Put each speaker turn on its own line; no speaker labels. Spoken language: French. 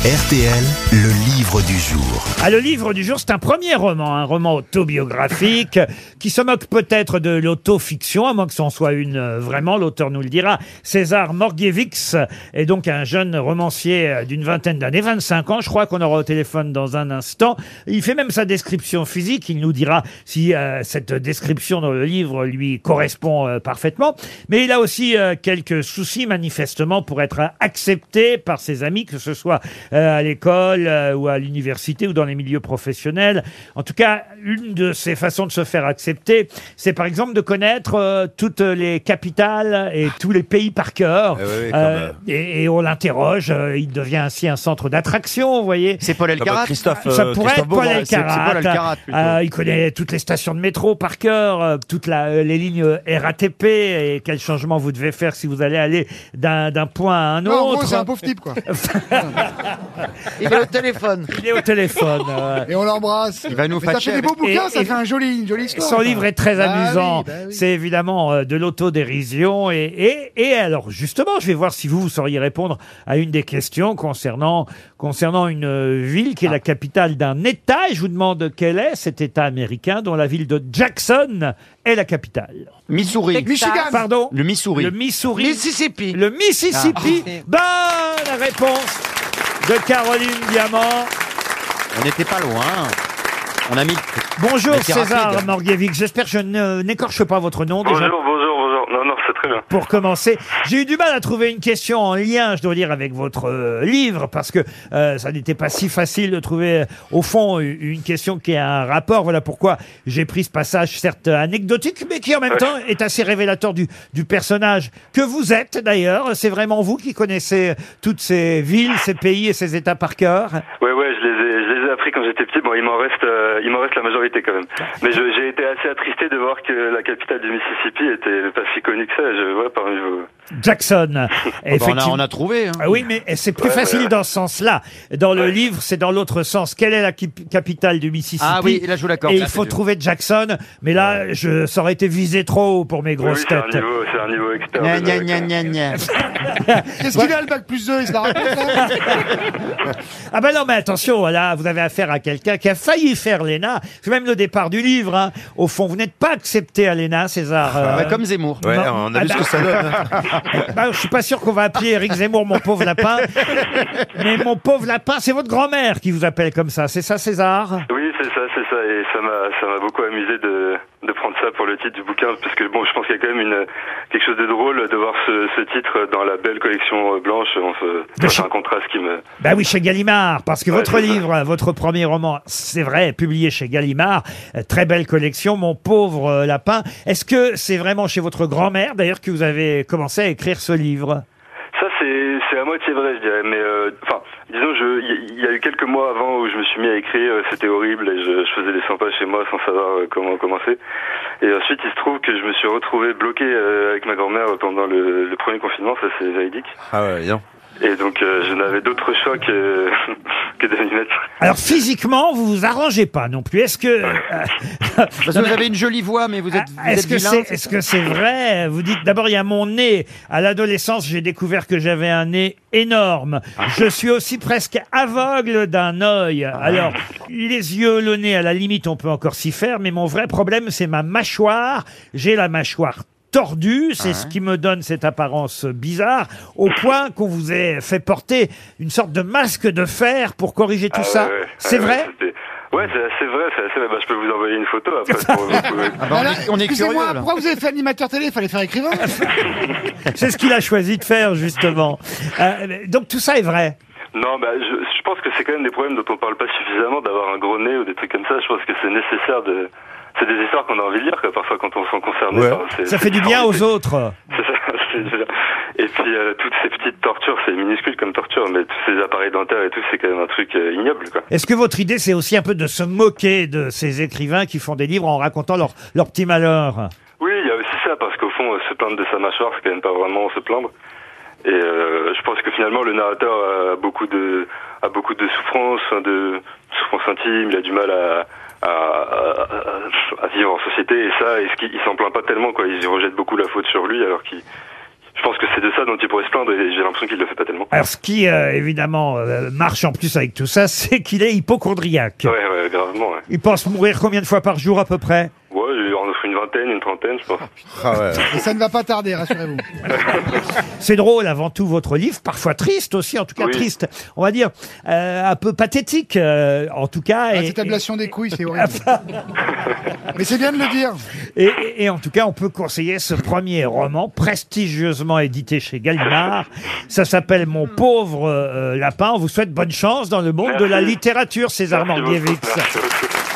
RTL, le livre du jour.
Ah, le livre du jour, c'est un premier roman, un roman autobiographique qui se moque peut-être de l'autofiction, à moins que c'en soit une euh, vraiment, l'auteur nous le dira. César Morgievix est donc un jeune romancier euh, d'une vingtaine d'années, 25 ans, je crois qu'on aura au téléphone dans un instant. Il fait même sa description physique, il nous dira si euh, cette description dans le livre lui correspond euh, parfaitement. Mais il a aussi euh, quelques soucis manifestement pour être euh, accepté par ses amis, que ce soit euh, à l'école euh, ou à l'université ou dans les milieux professionnels. En tout cas, une de ses façons de se faire accepter, c'est par exemple de connaître euh, toutes les capitales et tous les pays par cœur.
Eh oui, oui,
Euh,
comme,
et, et on l'interroge, euh, il devient ainsi un centre d'attraction, vous voyez.
C'est Paul
Ah bah,
Elkarat.
Christophe,
Ça
euh,
pourrait
Christophe
être
Beaugrand,
Paul
c'est- c'est Paul
Elkarat.
Alcarat plutôt.
Euh, il connaît toutes les stations de métro par cœur, euh, toutes la- euh, les lignes euh, RATP et quel changement vous devez faire si vous allez aller d'un d'un point à un
Non, en gros,
autre. hein.
c'est un pauvre type, quoi.
Il est au téléphone.
Il est au téléphone. euh,
Et on l'embrasse.
Il va nous
Mais ça
fâcher
fait des beaux
avec-
bouquins,
Et-
ça
et-
fait un joli, une jolie histoire.
Son livre est très
Bah oui,
amusant.
bah oui.
C'est évidemment euh, de l'autodérision. Et, et, et alors, justement, je vais voir si vous, vous sauriez répondre à une des questions concernant, concernant une euh, ville qui est
Ah.
la capitale d'un État. Et je vous demande quel est cet État américain dont la ville de Jackson est la capitale.
Missouri.
Michigan.
Pardon
Le Missouri.
Le Missouri.
Mississippi.
Le Mississippi. Bonne réponse de Caroline Diamant.
On n'était pas loin. On a mis.
Bonjour
Mais c'est
César
rapide. hein.
Morgievix. J'espère que je ne- n'écorche pas votre nom déjà.
Bonjour, bonjour, bonjour. Non, non, c'est très bien.
pour commencer. J'ai eu du mal à trouver une question en lien, je dois dire, avec votre euh, livre, parce que euh, ça n'était pas si facile de trouver, euh, au fond, u- une question qui a un rapport. Voilà pourquoi j'ai pris ce passage, certes anecdotique, mais qui en même temps est assez révélateur du, du personnage que vous êtes, d'ailleurs. C'est vraiment vous qui connaissez euh, toutes ces villes, ces pays et ces États par cœur.
Ouais, ouais, je les ai, je les ai appris quand j'étais petit. Bon, il m'en reste, euh, il m'en reste la majorité quand même. Mais je- j'ai été assez attristé de voir que la capitale du Mississippi était pas si connue que ça. Je vois parmi vous.
Jackson,
Bah, on, a, on a trouvé. hein.
Ah oui, mais c'est plus
Ouais,
facile
ouais.
dans ce sens-là. Dans le
Ouais.
livre, c'est dans l'autre sens. Quelle est la qui- capitale du Mississippi
Ah oui, là je vous l'accorde.
Et
Là,
il faut
c'est-
trouver Jackson, mais là, je, ça aurait été visé trop haut pour mes
Oui,
grosses
c'est un
têtes.
niveau, c'est un niveau expert.
Gna,
déjà,
gna, gna,
quand
gna, gna.
Qu'est-ce qu'il a le bac plus 2 Il se la raconte, là
Ah ben non, mais attention, là, vous avez affaire à quelqu'un qui a failli faire l'ENA. C'est même le départ du livre. hein. Au fond, vous n'êtes pas accepté à l'ENA, César. euh,
Bah, comme Zemmour.
Ouais,
Non.
on a
Ah
vu ce
bah.
que ça donne. hein.
bah, je suis pas sûr qu'on va appeler Eric Zemmour mon pauvre lapin. mais mon pauvre lapin, c'est votre grand-mère qui vous appelle comme ça. C'est ça, César
Oui, c'est ça, c'est ça, et ça m'a, ça m'a beaucoup amusé de, de prendre ça pour le titre du bouquin, parce que bon, je pense qu'il y a quand même une, quelque chose de drôle de voir ce, ce titre dans la belle collection euh, blanche. On se-
De
c'est
chez-
un contraste qui me.
Bah oui, chez Gallimard, parce que
Ouais,
votre
c'est ça.
livre, votre premier roman, c'est vrai, publié chez Gallimard, euh, très belle collection, Mon pauvre euh, lapin. Est-ce que c'est vraiment chez votre grand-mère, d'ailleurs, que vous avez commencé à écrire ce livre
Ça, c'est c'est à moitié vrai, je dirais. Mais euh, enfin, disons, je- il y, il y a eu quelques mois avant où je me suis mis à écrire. euh, C'était horrible et je, je faisais des sympas chez moi sans savoir euh, comment commencer. Et ensuite, il se trouve que je me suis retrouvé bloqué euh, avec ma grand-mère pendant le, le premier confinement. Ça, c'est véridique.
Ah ouais, non.
Et donc, euh, je n'avais d'autre choix que, que de m'y mettre.
Alors physiquement, vous vous arrangez pas non plus. Est-ce que euh,
Parce que vous avez une jolie voix, mais vous êtes. vous
Ah, est-ce
êtes
que
vilain,
c'est est-ce que c'est vrai Vous dites d'abord il y a mon nez. À l'adolescence, j'ai découvert que j'avais un nez énorme.
Ah.
Je suis aussi presque aveugle d'un œil. Alors les yeux, le nez, à la limite, on peut encore s'y faire. Mais mon vrai problème, c'est ma mâchoire. J'ai la mâchoire tordue, c'est
Ah.
ce qui me donne cette apparence bizarre, au point qu'on vous ait fait porter une sorte de masque de fer pour corriger tout
Ah,
ça.
ouais, ouais.
C'est
Ah, ouais,
vrai
c'était- Ouais, c'est assez vrai. C'est assez vrai. Bah, je peux vous envoyer une photo après. Pour, vous pouvez-
Ah bah, on,
Voilà,
est, on est
excusez-moi,
curieux. là.
pourquoi vous avez fait animateur télé Il fallait faire écrivain.
C'est ce qu'il a choisi de faire, justement. Euh, donc tout ça est vrai.
Non, bah, je, je pense que c'est quand même des problèmes dont on parle pas suffisamment, d'avoir un gros nez ou des trucs comme ça. Je pense que c'est nécessaire de. C'est des histoires qu'on a envie de lire, quoi, parfois quand on s'en concerne.
Ouais.
Ça fait
Ah
du bien aux autres.
C'est ça, c'est ça. Et puis, euh, toutes ces petites tortures, c'est minuscule comme torture, mais tous ces appareils dentaires et tout, c'est quand même un truc euh, ignoble, quoi.
Est-ce que votre idée, c'est aussi un peu de se moquer de ces écrivains qui font des livres en racontant leur, leur petit malheur
Oui, il y a aussi ça, parce qu'au fond, euh, se plaindre de sa mâchoire, c'est quand même pas vraiment se plaindre. Et euh, je pense que finalement, le narrateur a beaucoup de, a beaucoup de souffrances, hein, de souffrances intimes, il a du mal à, à, à- à vivre en société, et ça, et ce qu'il- il s'en plaint pas tellement, quoi. Il rejette beaucoup la faute sur lui, alors qu'il je pense que c'est de ça dont il pourrait se plaindre et j'ai l'impression qu'il le fait pas tellement.
Alors, ce qui, euh, évidemment, euh, marche en plus avec tout ça, c'est qu'il est hypochondriaque.
Ouais, ouais, gravement, ouais.
Il pense mourir combien de fois par jour, à peu près
Ouais, il en offre une vingtaine, une trentaine, je pense.
Et ça ne va pas tarder, rassurez-vous.
C'est drôle avant tout votre livre, parfois triste aussi, en tout cas
Oui.
triste, on va dire euh, un peu pathétique euh, en tout cas.
Ah,
et-
Cette ablation des couilles, c'est horrible. Mais c'est bien de le dire.
et, et- et en tout cas, on peut conseiller ce premier roman prestigieusement édité chez Gallimard. Ça s'appelle Mon pauvre euh, lapin. On vous souhaite bonne chance dans le monde de la
Merci.
littérature, César
Merci beaucoup.
Mankiewicz.
Merci beaucoup.